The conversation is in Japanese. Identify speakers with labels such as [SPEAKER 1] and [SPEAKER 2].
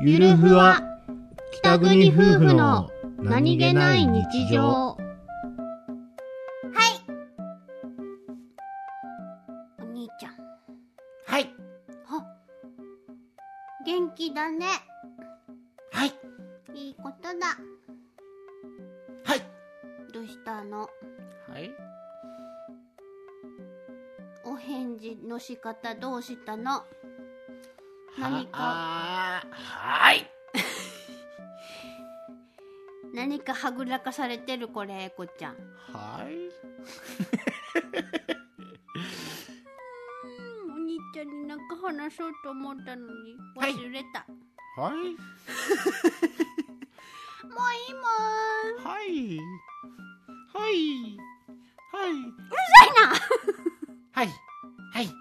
[SPEAKER 1] ゆるふわ北国夫婦の
[SPEAKER 2] はいお兄ちゃん
[SPEAKER 3] はい
[SPEAKER 2] あ元気だね
[SPEAKER 3] はい
[SPEAKER 2] いいことだ
[SPEAKER 3] はい
[SPEAKER 2] どうしたの
[SPEAKER 3] はい
[SPEAKER 2] お返事の仕方どうしたの何か
[SPEAKER 3] ははい
[SPEAKER 2] 何かはぐらかされてるこれエコちゃん
[SPEAKER 3] はい
[SPEAKER 2] うんお兄ちゃんになんか話そうと思ったのに
[SPEAKER 3] はい
[SPEAKER 2] 忘れた、
[SPEAKER 3] はい
[SPEAKER 2] もういいもん
[SPEAKER 3] はいはいはい
[SPEAKER 2] みたいな
[SPEAKER 3] はいはい